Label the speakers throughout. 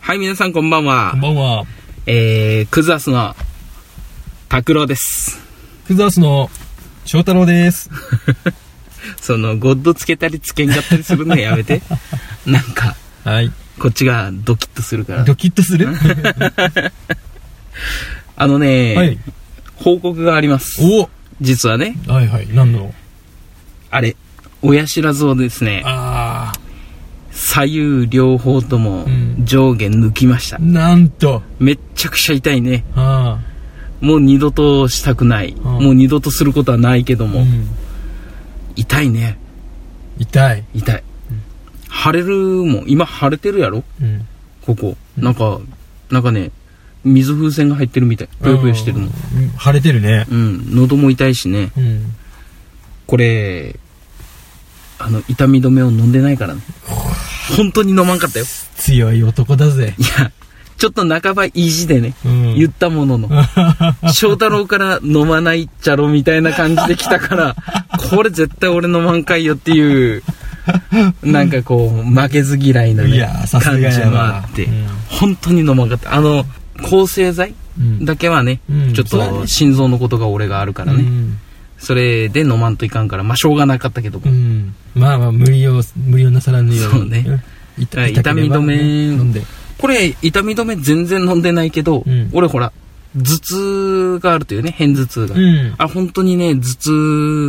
Speaker 1: はい、皆さんこんばんは
Speaker 2: こん。ばんは。
Speaker 1: えー、クズアスの拓郎です。
Speaker 2: クザースの翔太郎です。
Speaker 1: その、ゴッドつけたりつけんかったりす るのやめて。なんか、
Speaker 2: はい。
Speaker 1: こっちがドキッとするから
Speaker 2: ド。キッと する
Speaker 1: あのね、
Speaker 2: はい。
Speaker 1: 報告があります。
Speaker 2: お
Speaker 1: 実はね、
Speaker 2: はいはい。何の
Speaker 1: あれ、親知らずをですね、
Speaker 2: あ
Speaker 1: 左右両方とも
Speaker 2: うん
Speaker 1: 上下抜きました
Speaker 2: あ、。なんと。
Speaker 1: めっちゃくちゃ痛いね。
Speaker 2: あ
Speaker 1: もう二度としたくない。もう二度とすることはないけど
Speaker 2: あ。
Speaker 1: も、
Speaker 2: うん。
Speaker 1: 痛いね。
Speaker 2: 痛い。
Speaker 1: 痛い。腫れるもん。今腫れてるやろ
Speaker 2: うん。
Speaker 1: ここ。なんか、なんかね、水風船が入ってるみたい。ぷよぷよしてるの。
Speaker 2: うん。腫れてるね。
Speaker 1: うん。喉も痛いしね。
Speaker 2: うん。
Speaker 1: これ、あの、痛み止めを飲んでないからね。本当に飲まんかったよ。
Speaker 2: 強い男だぜ
Speaker 1: い。や、ちょっと半ば意地でね、
Speaker 2: うん。
Speaker 1: 言ったものの、翔太郎から飲まないっちゃろみたいな感じで来たから、これ絶対俺飲まんかいよっていう、なんかこう、負けず嫌いなね、
Speaker 2: いやーさすが
Speaker 1: 感
Speaker 2: やな
Speaker 1: じもあって、
Speaker 2: うん
Speaker 1: 本当に飲まんかった。あの、抗生剤
Speaker 2: うん。
Speaker 1: だけはね、
Speaker 2: うん
Speaker 1: ちょっ
Speaker 2: そうだね
Speaker 1: と心臓のことが俺があるから
Speaker 2: う
Speaker 1: ね、
Speaker 2: ん。
Speaker 1: それで飲まんといかんから、まあしょうがなかったけども、
Speaker 2: うん。まあまあ、無理を、無理をなさらぬように。
Speaker 1: そうね
Speaker 2: ん。痛
Speaker 1: 痛み止め
Speaker 2: 痛ければ飲んで。
Speaker 1: これ痛み止め全然飲んでないけど、
Speaker 2: うん
Speaker 1: 俺ほら、頭痛があるというね、偏頭痛が。
Speaker 2: うん。
Speaker 1: あ、本当にね、頭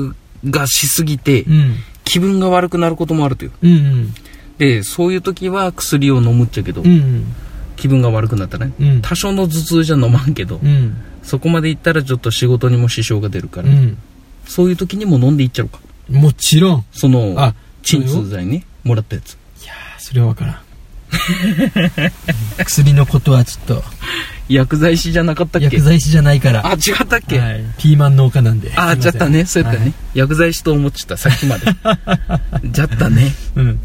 Speaker 1: 痛がしすぎて
Speaker 2: う、ん。
Speaker 1: 気分が悪くなることもあるという。
Speaker 2: うん。
Speaker 1: で、そういう時は薬を飲むっちゃけど、
Speaker 2: うん。うん。
Speaker 1: 気分が悪くなったらね。
Speaker 2: うん。
Speaker 1: 多少の頭痛じゃ飲まんけど、
Speaker 2: うん。
Speaker 1: そこまでいったらちょっと仕事にも支障が出るか
Speaker 2: う
Speaker 1: ら、
Speaker 2: ん。
Speaker 1: そういう時にも飲んでいっちゃうか。
Speaker 2: もちろん。
Speaker 1: その、
Speaker 2: あ、
Speaker 1: 鎮痛剤ね、もらったやつ。
Speaker 2: いやーそれは分からんうん 薬のことはちょっと
Speaker 1: 薬剤師じゃなかったっけ
Speaker 2: 薬剤師じゃないから
Speaker 1: あ、違ったっけ、
Speaker 2: はい、ピーマン農家なんで
Speaker 1: ああ、
Speaker 2: す
Speaker 1: じ
Speaker 2: いま
Speaker 1: ゃ
Speaker 2: せん
Speaker 1: ったね。そうやったね。
Speaker 2: はい
Speaker 1: 薬剤師と思っちゃった、さっきま で。じゃったね。
Speaker 2: うん、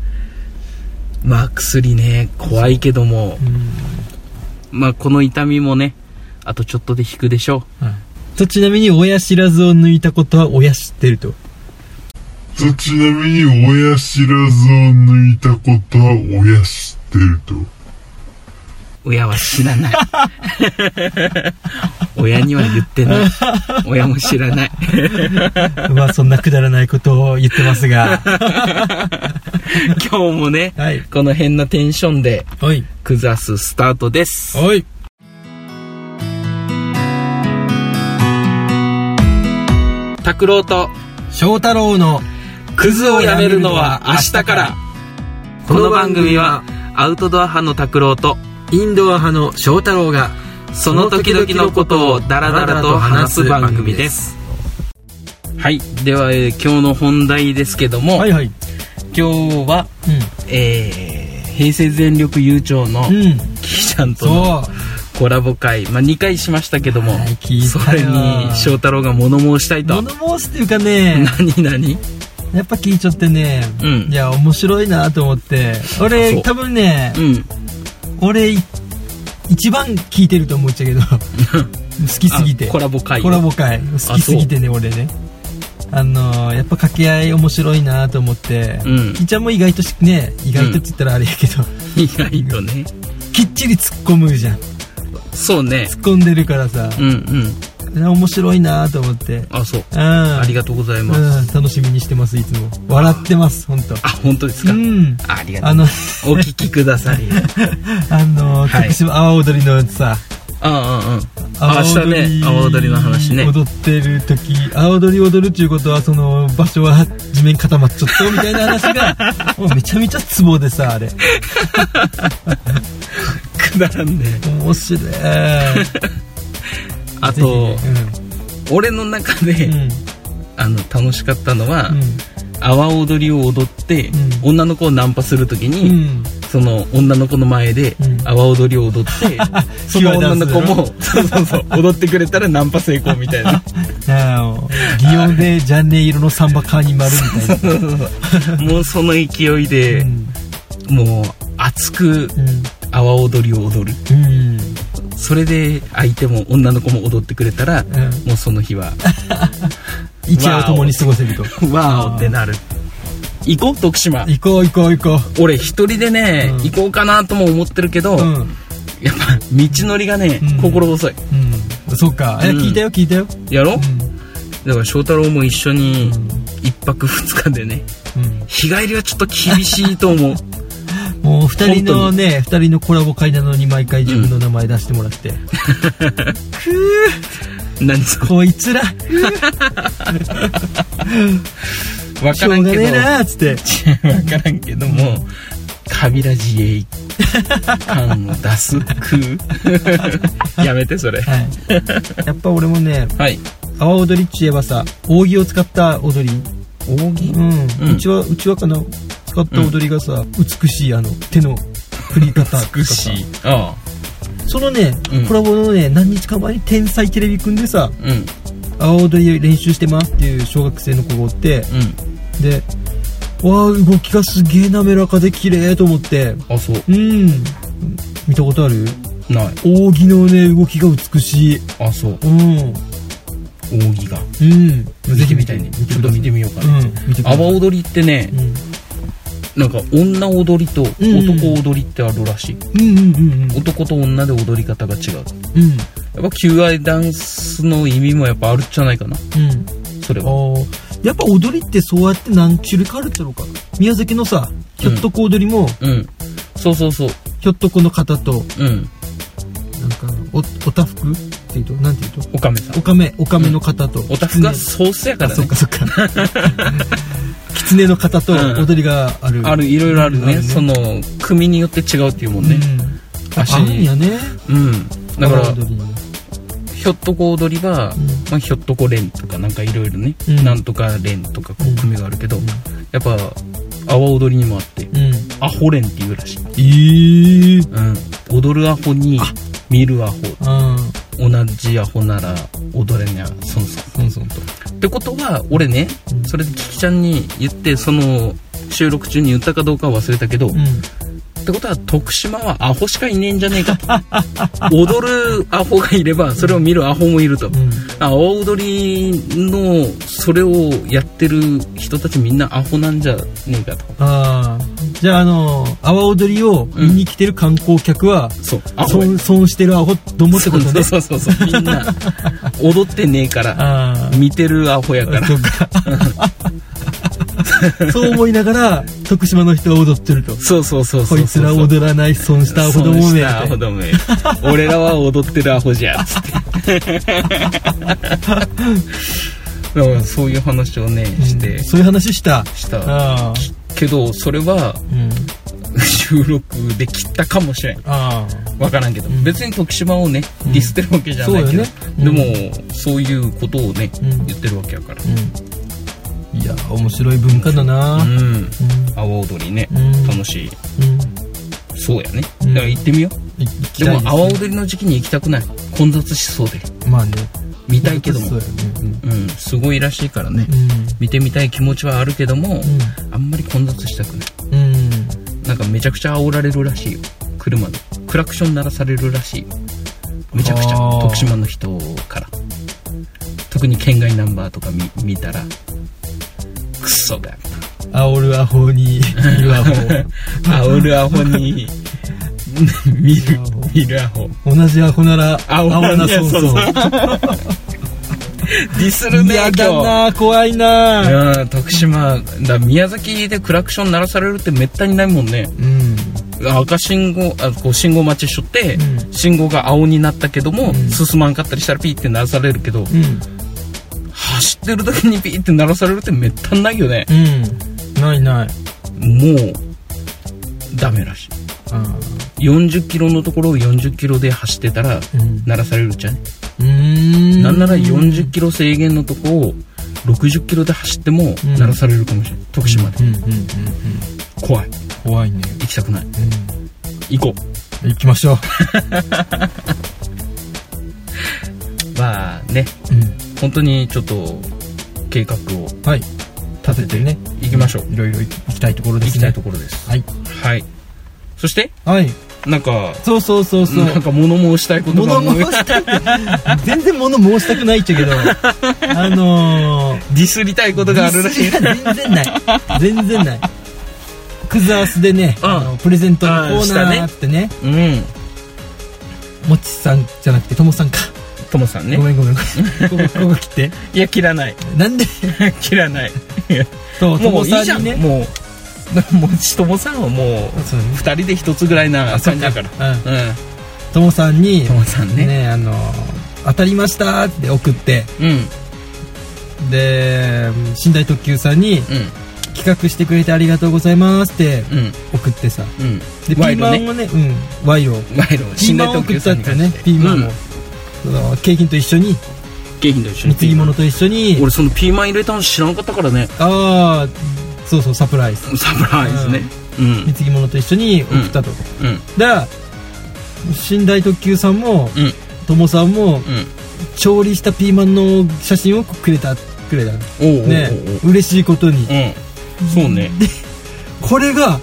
Speaker 1: まあ、薬ね、怖いけども、
Speaker 2: うん
Speaker 1: まあ、この痛みもね、あとちょっとで引くでしょ
Speaker 2: はい、とちなみに親知らずを抜いたことは親知ってると
Speaker 3: とちなみに親知らずを抜いたことは親知ってると。
Speaker 1: う。親は知ら ない。親には言ってない。親も知ら ない。
Speaker 2: まあそんなくだらないことを言ってますが
Speaker 1: 今日もね、
Speaker 2: はい
Speaker 1: この変なテンションで、
Speaker 2: おい
Speaker 1: クザススタートです。
Speaker 2: おい
Speaker 1: 拓郎と、
Speaker 2: 翔太郎の
Speaker 1: クズをやめるのは明日から。この番組は、アウトドア派の拓郎と、
Speaker 2: インドア派の翔太郎が
Speaker 1: その時々のことをダラダラと話す番組です。はい。では、えー今日の本題ですけども、
Speaker 2: はいはい
Speaker 1: 今日は、えー平成全力悠長の
Speaker 2: うん、うん、
Speaker 1: キーちゃんとの
Speaker 2: そう
Speaker 1: コラボ会、まあ、2回しましたけども、
Speaker 2: はい聞いたよ
Speaker 1: それに翔太郎が物申したいと。
Speaker 2: 物申すっていうか ね
Speaker 1: 何何
Speaker 2: やっぱ聞いちゃってね、
Speaker 1: うん
Speaker 2: いや面白いなと思って
Speaker 1: そ
Speaker 2: 俺
Speaker 1: う
Speaker 2: 多分ね
Speaker 1: う、ん。
Speaker 2: 俺い一番聞いてると思っちゃ うけど好きすぎて
Speaker 1: あコラボ会。
Speaker 2: コラボ会好きすぎてね俺ねあのーやっぱ掛け合い面白いなと思って、
Speaker 1: うん
Speaker 2: キイちゃんも意外としね意外とって言ったらあれやけど、
Speaker 1: 意外とね。
Speaker 2: きっちり突っ込むじゃん突
Speaker 1: そうね。
Speaker 2: っ込んでるからさ
Speaker 1: う、んうん。
Speaker 2: 面白いなと思って
Speaker 1: あ、そう。
Speaker 2: うん
Speaker 1: あ
Speaker 2: あ
Speaker 1: りがとうございます。
Speaker 2: うん、楽しみにしてますいつも笑ってます本当
Speaker 1: あ、本当です
Speaker 2: う
Speaker 1: か。
Speaker 2: ん
Speaker 1: ありがと
Speaker 2: あ
Speaker 1: う。
Speaker 2: の
Speaker 1: お聞きくださり。
Speaker 2: あの、
Speaker 1: はい
Speaker 2: 徳島阿波踊りのさ、
Speaker 1: あうんうんうん。あ明日ね、阿波踊りの話ね。
Speaker 2: 踊ってる時、阿波踊り踊るっていうことは、その場所は地面固まっちゃったみたいな話 が、もうめちゃめちゃツボでさ、あれ。
Speaker 1: くだらんね。
Speaker 2: 面白い。
Speaker 1: あ
Speaker 2: ぜひね
Speaker 1: と、俺の中で、
Speaker 2: うん。うん。
Speaker 1: あの、楽しかったのは、
Speaker 2: う
Speaker 1: 阿波踊りを踊って、
Speaker 2: うん
Speaker 1: 女の子をナンパするときに、
Speaker 2: ん。
Speaker 1: その女の子の前で
Speaker 2: うん
Speaker 1: 阿波踊りを踊 って、その女の子も、そうそうそう、踊ってくれたらナンパ成功みたいな。
Speaker 2: ああ、擬音でジャンネイロのサンバカーニマルみたいな。
Speaker 1: もうその勢いで、もう熱く
Speaker 2: う
Speaker 1: 阿波踊りを踊る。
Speaker 2: ん。うん。
Speaker 1: それで相手も女の子も踊ってくれたら、
Speaker 2: うん。
Speaker 1: もうその日は、
Speaker 2: 一夜を共に過ごせると。
Speaker 1: わーおってなる。行こう徳島
Speaker 2: 行こう行こう行こ
Speaker 1: 俺一人でね、
Speaker 2: うん
Speaker 1: 行こうかなとも思ってるけど、
Speaker 2: う。うん。
Speaker 1: やっぱ道のりがね、
Speaker 2: うん
Speaker 1: 心細い
Speaker 2: うん。そうか。え、
Speaker 1: うん
Speaker 2: 聞いたよ聞いたよ。
Speaker 1: やろ、
Speaker 2: う
Speaker 1: だから翔太郎も一緒に
Speaker 2: ん。
Speaker 1: 一泊二日でね
Speaker 2: うん。
Speaker 1: 日帰りはちょっと厳しいと思う
Speaker 2: もう二人のね、二人のコラボ会なのに毎回自分の名前出してもらって。
Speaker 1: 何そ
Speaker 2: こ いつら、
Speaker 1: れ分からんけ
Speaker 2: しょうがね
Speaker 1: ど
Speaker 2: えなーっつって。
Speaker 1: 分からんけどもカビラジへ行く感を出す食 うやめてそれ
Speaker 2: はい。やっぱ俺もね、
Speaker 1: はい
Speaker 2: 阿波踊りって言えばさ、扇を使った踊り。
Speaker 1: 扇
Speaker 2: うん。
Speaker 1: うん
Speaker 2: うちは、うちはかな使った踊りがさ、美しいあの、手の振り方。
Speaker 1: 美しい。ああ
Speaker 2: そのね、
Speaker 1: うん
Speaker 2: コラボのね、何日か前に天才テレビくんでさ、
Speaker 1: うんうん
Speaker 2: 阿波踊り練習してますっていう小学生の子がおって、で、わあ、動きがすげえ滑らかで綺麗と思って、
Speaker 1: あそう
Speaker 2: うん、見たことある
Speaker 1: ない
Speaker 2: 扇のね、動きが美しい。
Speaker 1: あそう
Speaker 2: うん、
Speaker 1: 扇が
Speaker 2: うん。
Speaker 1: ぜひみたいに
Speaker 2: 見て
Speaker 1: ちょっ
Speaker 2: く
Speaker 1: と
Speaker 2: ださい
Speaker 1: 見てみようか
Speaker 2: う、
Speaker 1: なん
Speaker 2: 見てくだ
Speaker 1: 阿
Speaker 2: さい。
Speaker 1: 波踊りってね
Speaker 2: うん
Speaker 1: なんか女踊りと男
Speaker 2: うん
Speaker 1: 踊りってあるらしい
Speaker 2: うんうんうんうん。
Speaker 1: 男と女で踊り方が違う
Speaker 2: うん。
Speaker 1: やっぱ求愛ダンスの意味もやっぱあるんじゃないかな
Speaker 2: うん。
Speaker 1: それ
Speaker 2: あ
Speaker 1: は
Speaker 2: ーやっぱ踊りってそうやって何種類かあるってのか。宮崎のさ、ひょっとこ踊りも、
Speaker 1: うんそうそうそう
Speaker 2: ひょっとこの方と、
Speaker 1: うん
Speaker 2: なんか、お、おたふくっていうと、なんていうと、
Speaker 1: おかめさ
Speaker 2: お
Speaker 1: ん
Speaker 2: かめ、おかめの方と、
Speaker 1: おたふが
Speaker 2: 狐
Speaker 1: ソースやか
Speaker 2: あ、
Speaker 1: ら
Speaker 2: そっ
Speaker 1: ね
Speaker 2: かそっ か。狐の方と
Speaker 1: うん
Speaker 2: 踊りがある。
Speaker 1: あるいろいろある
Speaker 2: ある
Speaker 1: ね
Speaker 2: ね
Speaker 1: その組によって違うっていうも
Speaker 2: うんん
Speaker 1: ね。
Speaker 2: あ
Speaker 1: 足
Speaker 2: あるんやね。
Speaker 1: うんだか
Speaker 2: 阿
Speaker 1: ら
Speaker 2: 波踊りに
Speaker 1: ひょっとこ踊りは
Speaker 2: うん
Speaker 1: まあ、ひょっとこ連とかなんかいろいろね、
Speaker 2: うん
Speaker 1: なんとか連とかこ
Speaker 2: うん
Speaker 1: う組があるけど、
Speaker 2: うん
Speaker 1: やっぱ阿波踊りにもあって
Speaker 2: うん。
Speaker 1: アホ連っていうらしい、
Speaker 2: ええ。
Speaker 1: うん、踊るアホに見るアホ
Speaker 2: ああ、
Speaker 1: 同じアホなら踊れにゃ損損
Speaker 2: そんそんと。
Speaker 1: ってことは俺ね
Speaker 2: うん
Speaker 1: それでキキちゃんに言ってその収録中に言ったかどうかは忘れたけど、
Speaker 2: うん。
Speaker 1: ってことは徳島はアホしかいねえんじゃねえか と踊るアホがいればそれを見るアホもいると、
Speaker 2: うん。
Speaker 1: あ阿波踊りのそれをやってる人たちみんなアホなんじゃねえかと
Speaker 2: ああ。じゃあ、あの、阿波踊りを見に来てる観光客は、
Speaker 1: そうアホ
Speaker 2: 損、損してるアホどもってことね。
Speaker 1: そうそうそうそう みんな踊ってねえから
Speaker 2: あ
Speaker 1: 見てるアホやから
Speaker 2: あ。そうか。 そう思いながら、徳島の人は踊ってると。
Speaker 1: そうそうそうそ
Speaker 2: こ
Speaker 1: う
Speaker 2: いつら踊らない損したアホどもめ
Speaker 1: アホどもめ俺らは踊ってるアホじ ゃつって だからそういう話をねして、
Speaker 2: そういう話した。
Speaker 1: した
Speaker 2: ああ。
Speaker 1: けどそれは
Speaker 2: うん。
Speaker 1: 収録で切ったかもしれん
Speaker 2: あ
Speaker 1: わからんけど、
Speaker 2: うん
Speaker 1: 別に徳島をね
Speaker 2: う
Speaker 1: デ
Speaker 2: ん
Speaker 1: ィスってるわけじゃないけど、
Speaker 2: そうだよね
Speaker 1: でもそういうことをね、
Speaker 2: うん
Speaker 1: 言ってるわけやから
Speaker 2: あ。うん。いや、面白い文化だな
Speaker 1: う。ん
Speaker 2: うん。
Speaker 1: 阿波踊りね、
Speaker 2: うん
Speaker 1: 楽しい
Speaker 2: うん。
Speaker 1: そうやね、
Speaker 2: うん
Speaker 1: だから行ってみよう
Speaker 2: い行き
Speaker 1: で
Speaker 2: たい
Speaker 1: も
Speaker 2: すね
Speaker 1: 阿波踊りの時期に行きたくない混雑しそうで
Speaker 2: まあね。
Speaker 1: 見たいけど
Speaker 2: そ
Speaker 1: も
Speaker 2: うやね。
Speaker 1: うんすごいらしいからね、
Speaker 2: う
Speaker 1: 見てみたい気持ちはあるけども、
Speaker 2: ん。うん。
Speaker 1: あんまり混雑したくない
Speaker 2: うん。
Speaker 1: なんかめちゃくちゃ煽られるらしいよ車でクラクション鳴らされるらしいよめちゃくちゃ
Speaker 2: あー
Speaker 1: 徳島の人から特に県外ナンバーとか見見たらクソが
Speaker 2: 煽るア ホに、いるアホ。
Speaker 1: 煽るアホに 見る見るアホ
Speaker 2: 同じアホなら、
Speaker 1: 煽
Speaker 2: ら
Speaker 1: らな
Speaker 2: なそう
Speaker 1: そうそう
Speaker 2: そう。
Speaker 1: ディスるね
Speaker 2: 嫌だ
Speaker 1: 今日
Speaker 2: なあ怖いなあ
Speaker 1: うん徳島だ宮崎でクラクション鳴らされるってめったにないもんね
Speaker 2: うん。
Speaker 1: 赤信号あこう信号待ちしとって、
Speaker 2: うん
Speaker 1: 信号が青になったけども、
Speaker 2: うん
Speaker 1: 進まんかったりしたらピーって鳴らされるけど、
Speaker 2: うん。
Speaker 1: 走ってる時にピーって鳴らされるってめったにないよね
Speaker 2: うん。ないない。
Speaker 1: もうダメらし
Speaker 2: あ
Speaker 1: い40キロのところを40キロで走ってたら
Speaker 2: ーうん。
Speaker 1: 鳴らされるじゃん、
Speaker 2: うーん。
Speaker 1: なんなら40キロ制限のとこを60キロで走っても
Speaker 2: うん
Speaker 1: 鳴らされるかもしれない、徳島で
Speaker 2: うんうんうんうん。
Speaker 1: 怖い
Speaker 2: 怖いね。
Speaker 1: 行きたくない
Speaker 2: うん。
Speaker 1: 行こ
Speaker 2: 行きましょう。
Speaker 1: うまあね
Speaker 2: うん。
Speaker 1: 本当にちょっと計画を
Speaker 2: はい。立ててね。
Speaker 1: 行きましょう、
Speaker 2: いろいろ行きたいところで
Speaker 1: 行
Speaker 2: す
Speaker 1: きたい
Speaker 2: ね
Speaker 1: と。ころです
Speaker 2: はい。
Speaker 1: はいそして
Speaker 2: はい。
Speaker 1: なんか
Speaker 2: そうそうそうそう
Speaker 1: なんか 物申したいことが
Speaker 2: 物
Speaker 1: 思い
Speaker 2: 申したく全然物申したくないっちゃけ どあのー
Speaker 1: ディスりたいことがあるらしい
Speaker 2: いや全然ない全然ないクズアースでね、
Speaker 1: うん
Speaker 2: あのプレゼントのコーナーあってね
Speaker 1: うん
Speaker 2: もちさんじゃなくてともさんか
Speaker 1: ともさんね
Speaker 2: ごめんごめんご めんここここ切って
Speaker 1: いや切らない
Speaker 2: なんで
Speaker 1: 切らない
Speaker 2: とと
Speaker 1: も
Speaker 2: も
Speaker 1: ういい
Speaker 2: さ
Speaker 1: じゃ
Speaker 2: ん
Speaker 1: ん
Speaker 2: にね
Speaker 1: もうもうともさんはもう
Speaker 2: そうね
Speaker 1: 二人で一つぐらいな感じだから
Speaker 2: うん
Speaker 1: うん
Speaker 2: ともさんに
Speaker 1: ともさんね
Speaker 2: ねあのー当たりましたって送って
Speaker 1: うんうん
Speaker 2: で寝台特急さんに企画してくれてありがとうございますって
Speaker 1: うん
Speaker 2: 送ってさ
Speaker 1: うん
Speaker 2: でピ
Speaker 1: 賄
Speaker 2: ーマ
Speaker 1: 賂
Speaker 2: ンをねうん賄賂
Speaker 1: 賄賂
Speaker 2: ピーマンを送ったってねピーマンを、その景品と一緒に
Speaker 1: 景品と一緒に
Speaker 2: 貢ぎ物と一緒に
Speaker 1: 俺そのピーマン入れたの知らんかったからね
Speaker 2: ああそうそうサプライズ
Speaker 1: サプライズねうん
Speaker 2: 貢ぎ物と一緒に送ったと、
Speaker 1: うん
Speaker 2: だから寝台特急さんも
Speaker 1: うん
Speaker 2: ともさんも
Speaker 1: うん
Speaker 2: 調理したピーマンの写真をくれたくれた
Speaker 1: おうおうおう
Speaker 2: ね嬉しいことに
Speaker 1: うんそうね
Speaker 2: これが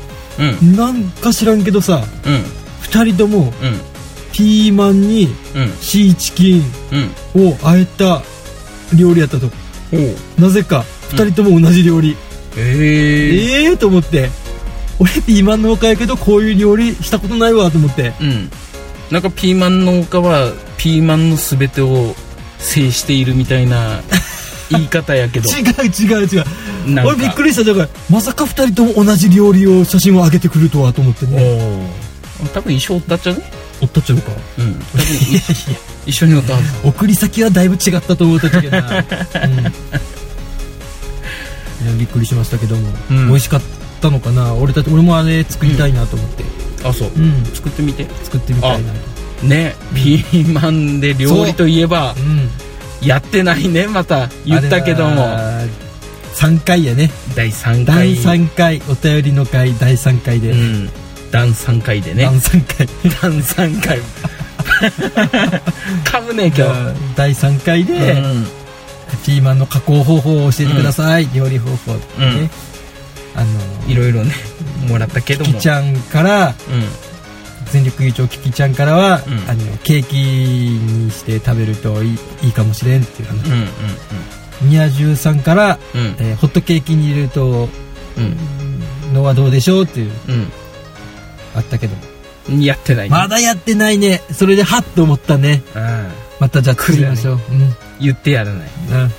Speaker 1: うん
Speaker 2: なんか知らんけどさ
Speaker 1: うん
Speaker 2: 2人とも
Speaker 1: うん
Speaker 2: ピーマンに
Speaker 1: うん
Speaker 2: シーチキン
Speaker 1: うん
Speaker 2: をあえた料理やったと
Speaker 1: おう
Speaker 2: なぜか2人とも同じ料理、
Speaker 1: ええ
Speaker 2: ええー、と思って俺ピーマン農家やけどこういう料理したことないわと思って
Speaker 1: うんなんかピーマン農家はピーマンの全てを制しているみたい な言い方やけど
Speaker 2: 違う違う違う
Speaker 1: なんか
Speaker 2: 俺びっくりしただからまさか2人とも同じ料理を写真を上げてくるとはと思って
Speaker 1: お
Speaker 2: ね
Speaker 1: お多分一緒おったっちゃね
Speaker 2: おったっちゃうか
Speaker 1: うん多分
Speaker 2: いやいや
Speaker 1: 一緒におったはず
Speaker 2: 送り先はだいぶ違ったと思ったけどな、うん、いやびっくりしましたけども、
Speaker 1: うん
Speaker 2: 美味しかったのかな俺たち俺もあれ作りたいなと思って、
Speaker 1: あそう
Speaker 2: うん
Speaker 1: 作ってみて
Speaker 2: 作ってみたいなと
Speaker 1: ねピーマンで料理といえば
Speaker 2: うん
Speaker 1: やってないねまた言ったけども
Speaker 2: 3回やね
Speaker 1: 第3
Speaker 2: 第
Speaker 1: 回
Speaker 2: 3回お便りの回第3回で、
Speaker 1: うん第3回でね
Speaker 2: 第3回
Speaker 1: 第3回 噛むね今
Speaker 2: 第3回
Speaker 1: 日
Speaker 2: で、ピーマンの加工方法を教えてください、料理方法ね、あ
Speaker 1: うんいろいろねもらったけど
Speaker 2: の
Speaker 1: も
Speaker 2: キキちゃんから
Speaker 1: う
Speaker 2: 全力優勝キキちゃんからは、
Speaker 1: うん
Speaker 2: あのケーキにして食べるといいいいかもしれんっていう話
Speaker 1: んうん
Speaker 2: 宮中さんから、
Speaker 1: うんうん
Speaker 2: えーホットケーキに入れると
Speaker 1: うん
Speaker 2: のはどうでしょうっていう
Speaker 1: うん
Speaker 2: あったけど
Speaker 1: うんやってないね
Speaker 2: まだやってないねそれでハッと思ったね
Speaker 1: うん
Speaker 2: またじゃあ作りましょう、
Speaker 1: 言ってやらない
Speaker 2: うんうん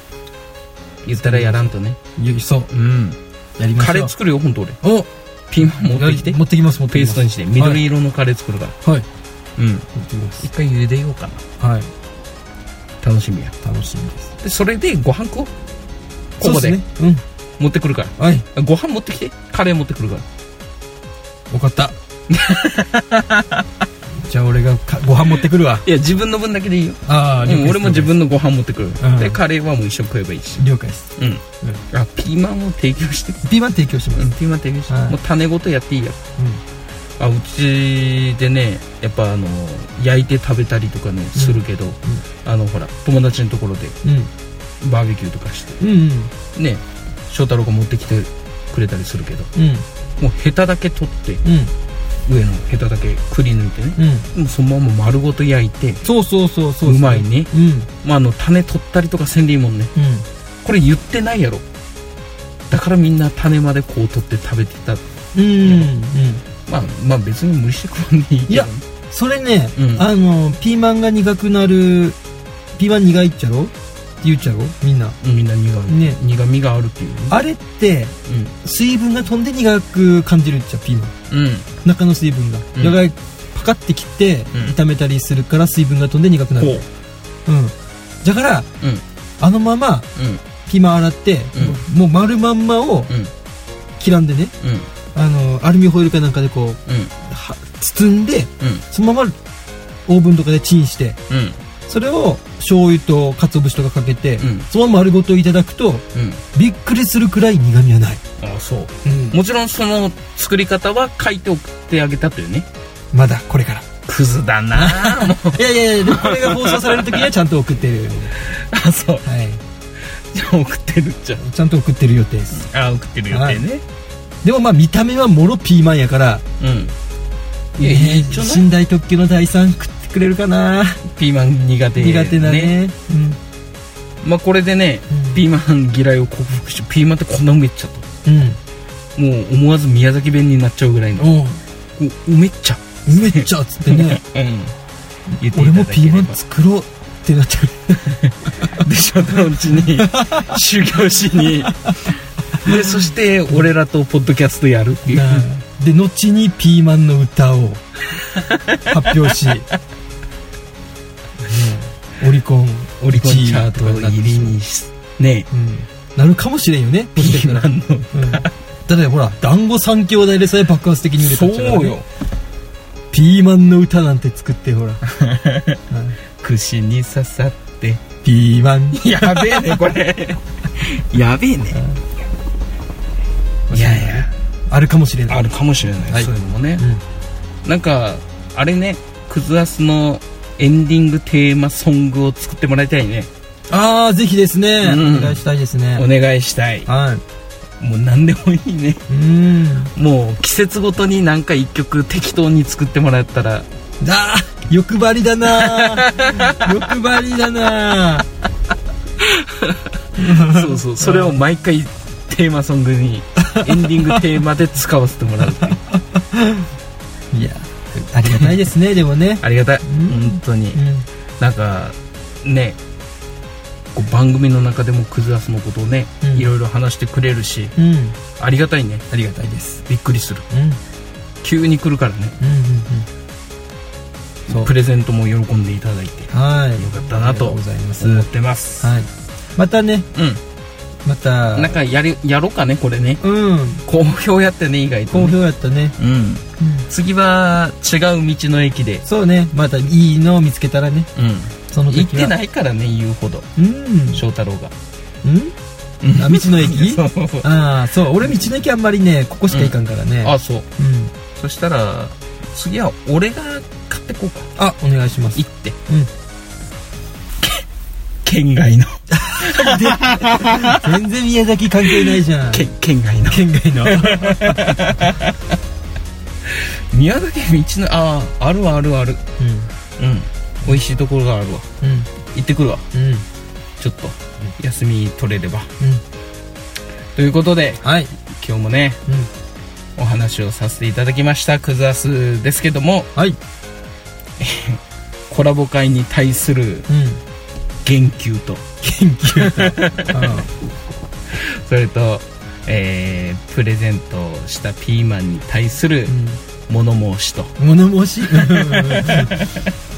Speaker 1: 言ったらやらんとね
Speaker 2: よいそ
Speaker 1: う
Speaker 2: う
Speaker 1: ん
Speaker 2: やりまし
Speaker 1: カレ
Speaker 2: ょう
Speaker 1: ー作るよ本当俺
Speaker 2: お
Speaker 1: ピーマン持ってきて
Speaker 2: 持ってきます持って
Speaker 1: ペ
Speaker 2: き
Speaker 1: ー
Speaker 2: ま
Speaker 1: ス
Speaker 2: す
Speaker 1: トにして緑色のカレー作るから
Speaker 2: はい
Speaker 1: うん
Speaker 2: 持ってきます
Speaker 1: 一回茹でようかな
Speaker 2: はい
Speaker 1: 楽しみや
Speaker 2: 楽しみです
Speaker 1: でそれでご飯食おうこ
Speaker 2: そ
Speaker 1: こ
Speaker 2: うす
Speaker 1: で
Speaker 2: ねうん
Speaker 1: 持ってくるから
Speaker 2: はい
Speaker 1: ご飯持ってきてカレー持ってくるから
Speaker 2: 分かった じゃあ俺がかご飯持ってくるわ
Speaker 1: いや自分の分だけでいいよ
Speaker 2: ああ
Speaker 1: うん俺も自分のご飯持ってくる、
Speaker 2: ん
Speaker 1: でカレーはもう一緒に食えばいいし
Speaker 2: 了解です
Speaker 1: うん、あピーマンを提供して、
Speaker 2: ピーマン提供します、
Speaker 1: ピーマン提供して、
Speaker 2: はい
Speaker 1: もう種ごとやっていいやあうちでねやっぱあの焼いて食べたりとかねするけど、あのほら友達のところで
Speaker 2: うんうん
Speaker 1: バーベキューとかして
Speaker 2: うんうん
Speaker 1: ね翔太郎が持ってきてくれたりするけど
Speaker 2: うん
Speaker 1: もうヘタだけ取って
Speaker 2: うん
Speaker 1: 上のヘタだけくり抜いてね
Speaker 2: うん
Speaker 1: もうそのまま丸ごと焼いて
Speaker 2: そうそうそうそうう
Speaker 1: まいね、
Speaker 2: うん
Speaker 1: まあ、あの種取ったりとかせんでいいもんね
Speaker 2: うん
Speaker 1: これ言ってないやろだからみんな種までこう取って食べてた
Speaker 2: うん、うん、
Speaker 1: まあまあ別に無理して食わんでいいけど
Speaker 2: いやそれね、
Speaker 1: うん
Speaker 2: あのピーマンが苦くなるピーマン苦いっちゃろって言っちゃろみんな
Speaker 1: みんな苦み、
Speaker 2: ね
Speaker 1: 苦みがあるっていうね
Speaker 2: あれって水分が飛んで苦く感じるっちゃピーマン
Speaker 1: うんうん
Speaker 2: 中の水分が、
Speaker 1: うん
Speaker 2: だからパカって切って
Speaker 1: うん
Speaker 2: 炒めたりするから水分が飛んで苦くなる、
Speaker 1: こ
Speaker 2: うん、だから
Speaker 1: ううん
Speaker 2: あのままピーマン洗って、もう丸まんまを
Speaker 1: うんうん
Speaker 2: 切らんでね
Speaker 1: うん
Speaker 2: あのアルミホイルかなんかでこう
Speaker 1: うん
Speaker 2: は包んで
Speaker 1: うん
Speaker 2: そのままオーブンとかでチンして
Speaker 1: うん
Speaker 2: それを醤油と鰹節とかかけて、
Speaker 1: うん
Speaker 2: そのまま丸ごといただくと
Speaker 1: うん
Speaker 2: びっくりするくらい苦みはない、
Speaker 1: ああそうもちろんその作り方は書いて送ってあげたというね
Speaker 2: まだこ れから
Speaker 1: クズだなあもう
Speaker 2: いやいやいやでもこれが放送される時にはちゃんと送ってる、
Speaker 1: あそう
Speaker 2: はい、
Speaker 1: じゃあ送ってるっちゃ
Speaker 2: ちゃんと送ってる予定です
Speaker 1: ああ送ってる予定ね、
Speaker 2: でもまあ見た目はもろピーマンやから
Speaker 1: うんいやいいんじゃない
Speaker 2: 寝台特急の第3食ってくれるかな、
Speaker 1: ピーマン苦手
Speaker 2: 苦手だね
Speaker 1: まあこれでね、
Speaker 2: うん
Speaker 1: ピーマン嫌いを克服しピーマンってこんなうめっちゃと
Speaker 2: うん
Speaker 1: もう思わず宮崎弁になっちゃうぐらいの
Speaker 2: うんおう
Speaker 1: ううめっちゃ
Speaker 2: うめっちゃっ つってね
Speaker 1: うん言っていた
Speaker 2: 俺
Speaker 1: だ
Speaker 2: も
Speaker 1: け
Speaker 2: ピ
Speaker 1: れ
Speaker 2: ー
Speaker 1: ば
Speaker 2: マン作ろうってなっちゃう
Speaker 1: で翔太のうち に修行しにでそして俺らとポッドキャストやるっていう
Speaker 2: で後にピーマンの歌 を発表し、ねオリコン
Speaker 1: オリコンチャート
Speaker 2: 1位とか
Speaker 1: 入りにしね
Speaker 2: うんなるかもしれんよね
Speaker 1: ピ
Speaker 2: もしかした
Speaker 1: ー
Speaker 2: ら
Speaker 1: マンの
Speaker 2: うんだってほら団子三兄弟でさえ爆発的に売れたっちゃからねピーマンの歌なんて作って ほら、うん
Speaker 1: 串に刺さって
Speaker 2: ピーマン
Speaker 1: やべえねこれ やべえねいやいや
Speaker 2: あるかもしれない
Speaker 1: あるかもしれない、
Speaker 2: はい
Speaker 1: そういうのもね
Speaker 2: う、ん
Speaker 1: なんかあれねクズアスのエンディングテーマソングを作ってもらいたいね
Speaker 2: ああぜひですね、
Speaker 1: うん
Speaker 2: お願いしたいです
Speaker 1: お
Speaker 2: ね
Speaker 1: 願いしたい
Speaker 2: はい
Speaker 1: もう何でもいいね
Speaker 2: うん
Speaker 1: もう季節ごとになんか一曲適当に作ってもらった ら
Speaker 2: だー欲張りだな ー欲張りだなー
Speaker 1: そうそうそれを毎回テーマソング にエンディングテーマで使わせてもらうっていう
Speaker 2: いやありがたいで すねでもね
Speaker 1: ありがたい
Speaker 2: うん
Speaker 1: 本当に
Speaker 2: う
Speaker 1: なんかねこう番組の中でもクズアスのことをね、
Speaker 2: うん
Speaker 1: いろいろ話してくれるし
Speaker 2: んうん
Speaker 1: ありがたいね
Speaker 2: ありがたいです
Speaker 1: びっくりする
Speaker 2: うんうん
Speaker 1: 急に来るからね
Speaker 2: うんうんそう
Speaker 1: プレゼントも喜んでいただいて
Speaker 2: はい
Speaker 1: よかったなと
Speaker 2: ありがございます
Speaker 1: 思
Speaker 2: は
Speaker 1: っ
Speaker 2: い
Speaker 1: てます、
Speaker 2: またね
Speaker 1: う
Speaker 2: また
Speaker 1: んなんかやりやろうかねこれね
Speaker 2: うん
Speaker 1: 好評やってね意外とね、
Speaker 2: 好評やったね、
Speaker 1: うん
Speaker 2: うん、
Speaker 1: 次は違う道の駅で、
Speaker 2: そうねまたいいのを見つけたらねその時
Speaker 1: 行っ
Speaker 2: は
Speaker 1: て
Speaker 2: い
Speaker 1: ないからね言うほど
Speaker 2: うん
Speaker 1: 翔太郎が
Speaker 2: うんあ道の駅
Speaker 1: そう
Speaker 2: ああそう俺道の駅あんまりねここしか行かんからね、
Speaker 1: あそう
Speaker 2: うん、
Speaker 1: そしたら次は俺が買ってこうか
Speaker 2: あお願いします
Speaker 1: 行って、
Speaker 2: ん
Speaker 1: け県外の
Speaker 2: 全然宮崎関係ないじゃん
Speaker 1: け 県外の
Speaker 2: 県 外の
Speaker 1: 宮崎道のあああるわあるわある
Speaker 2: う
Speaker 1: うん美味しいところがあるわ
Speaker 2: んうん
Speaker 1: 行ってくるわ
Speaker 2: うんうん
Speaker 1: ちょっと休み取れればということで
Speaker 2: はい、
Speaker 1: 今日もね
Speaker 2: うん、
Speaker 1: お話をさせていただきましたクズアスですけども
Speaker 2: はい
Speaker 1: コラボ会に対する
Speaker 2: うん
Speaker 1: 言及と
Speaker 2: 研究あ
Speaker 1: それと、えープレゼントしたピーマンに対する
Speaker 2: あ
Speaker 1: 物申しと、
Speaker 2: うん物申し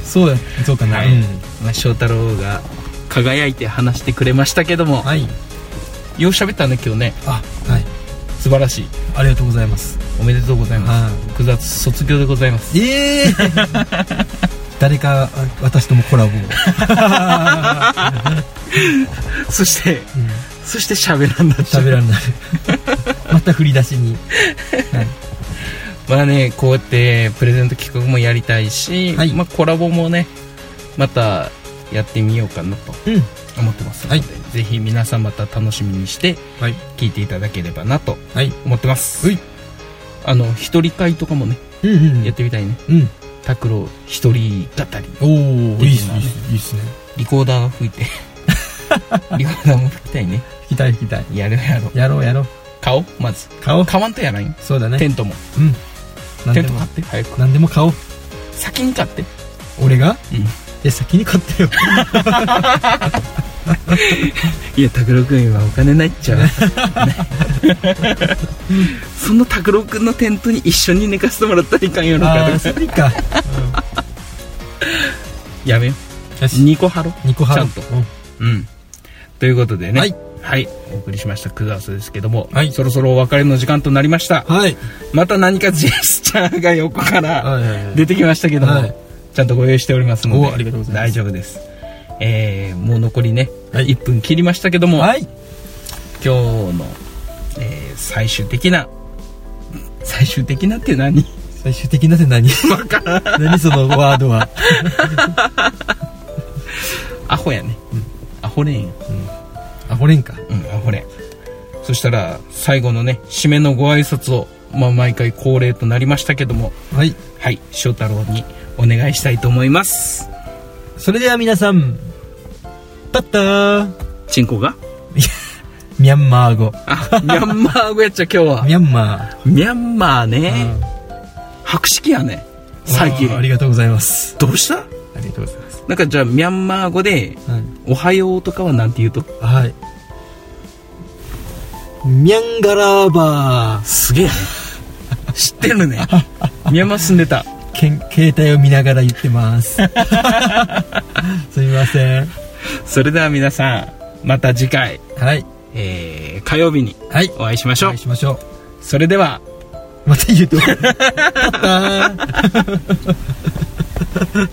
Speaker 2: そうやそうかな、
Speaker 1: はい
Speaker 2: うん
Speaker 1: まあ、翔太郎が輝いて話してくれましたけども、
Speaker 2: はい
Speaker 1: よう喋ったね今日ね
Speaker 2: あはい
Speaker 1: 素晴らしい
Speaker 2: ありがとうございます
Speaker 1: おめでとうございま
Speaker 2: は
Speaker 1: す複雑卒業でございます
Speaker 2: いええ誰かあ私ともコラボを、
Speaker 1: そして
Speaker 2: うん、
Speaker 1: そして喋らんだっちゃう
Speaker 2: 喋らんなるまた振り出しに
Speaker 1: まあねこうやってプレゼント企画もやりたいし、
Speaker 2: はい
Speaker 1: まあ、コラボもねまたやってみようかなと
Speaker 2: うん
Speaker 1: 思ってますので、
Speaker 2: は
Speaker 1: ぜひ皆さんまた楽しみにして
Speaker 2: はい
Speaker 1: 聞いていただければなと
Speaker 2: はい
Speaker 1: 思ってます
Speaker 2: はい
Speaker 1: あの一人会とかもね
Speaker 2: うんうん
Speaker 1: やってみたいね
Speaker 2: うん
Speaker 1: 拓郎一人語り
Speaker 2: おお
Speaker 1: い
Speaker 2: い
Speaker 1: い
Speaker 2: い
Speaker 1: っ
Speaker 2: っ
Speaker 1: す
Speaker 2: す
Speaker 1: ね
Speaker 2: ねいいっすね
Speaker 1: リコーダーが吹い てリコーダーも吹きたいね
Speaker 2: 弾きたい弾きたい
Speaker 1: やるやろう
Speaker 2: やろうやろう
Speaker 1: 買おうまず
Speaker 2: 買おう
Speaker 1: 買わんとやないん
Speaker 2: そうだ
Speaker 1: テ
Speaker 2: ね
Speaker 1: ントも
Speaker 2: うん
Speaker 1: テ
Speaker 2: 何
Speaker 1: ン
Speaker 2: で
Speaker 1: ト
Speaker 2: も
Speaker 1: 買って早く
Speaker 2: 何でも買おう
Speaker 1: 先に買って
Speaker 2: 俺が
Speaker 1: うん
Speaker 2: え先に買ってよ
Speaker 1: いや拓郎君はお金ないっちゃう その拓郎君のテントに一緒に寝かせてもらったらいかんやろ
Speaker 2: ああ
Speaker 1: かと
Speaker 2: そ
Speaker 1: か
Speaker 2: れいいか
Speaker 1: やめよ
Speaker 2: よし
Speaker 1: 2個貼ろ
Speaker 2: 2個払う
Speaker 1: ちゃん
Speaker 2: うん
Speaker 1: ううんということでね
Speaker 2: はい、
Speaker 1: はい、お送りしましたクザースですけども、
Speaker 2: はい
Speaker 1: そろそろお別れの時間となりました
Speaker 2: はい
Speaker 1: また何かジェスチャーが横から
Speaker 2: はいはいはい
Speaker 1: 出てきましたけども、
Speaker 2: はい
Speaker 1: ちゃんとご用意しておりますので
Speaker 2: おありがとうございます
Speaker 1: 大丈夫ですえー、もう残りね、
Speaker 2: はい
Speaker 1: 1分切りましたけども、
Speaker 2: はい
Speaker 1: 今日の、えー最終的な最終的なって何
Speaker 2: 最終的なって何
Speaker 1: わからん
Speaker 2: 何そのワードは
Speaker 1: アホやね、アホレーンや
Speaker 2: あほれんか
Speaker 1: うんアホレーンそしたら最後のね締めのご挨拶をまあ毎回恒例となりましたけども
Speaker 2: はい
Speaker 1: はい翔太郎にお願いしたいと思います
Speaker 2: それでは皆さんパッター
Speaker 1: チンコが
Speaker 2: ミャンマー語
Speaker 1: あミャンマー語やっちゃ今日は
Speaker 2: ミャンマ
Speaker 1: ミャンマー
Speaker 2: ー、
Speaker 1: ね、
Speaker 2: うん
Speaker 1: 白色やね最近
Speaker 2: あーありがとうございます
Speaker 1: どうした
Speaker 2: ありがとうございます、
Speaker 1: なんかじゃあミャンマー語で「おはよう」とかはなんて言うと
Speaker 2: はい、はいミャンガラーバー
Speaker 1: すげえね知ってるねミャンマー住んでた
Speaker 2: けん携帯を見ながら言ってます すみません
Speaker 1: それでは皆さんまた次回、
Speaker 2: はい
Speaker 1: えー火曜日に
Speaker 2: はい
Speaker 1: お会いしましょ
Speaker 2: お
Speaker 1: う
Speaker 2: 会いしましょ
Speaker 1: それでは
Speaker 2: うまた言うとパッター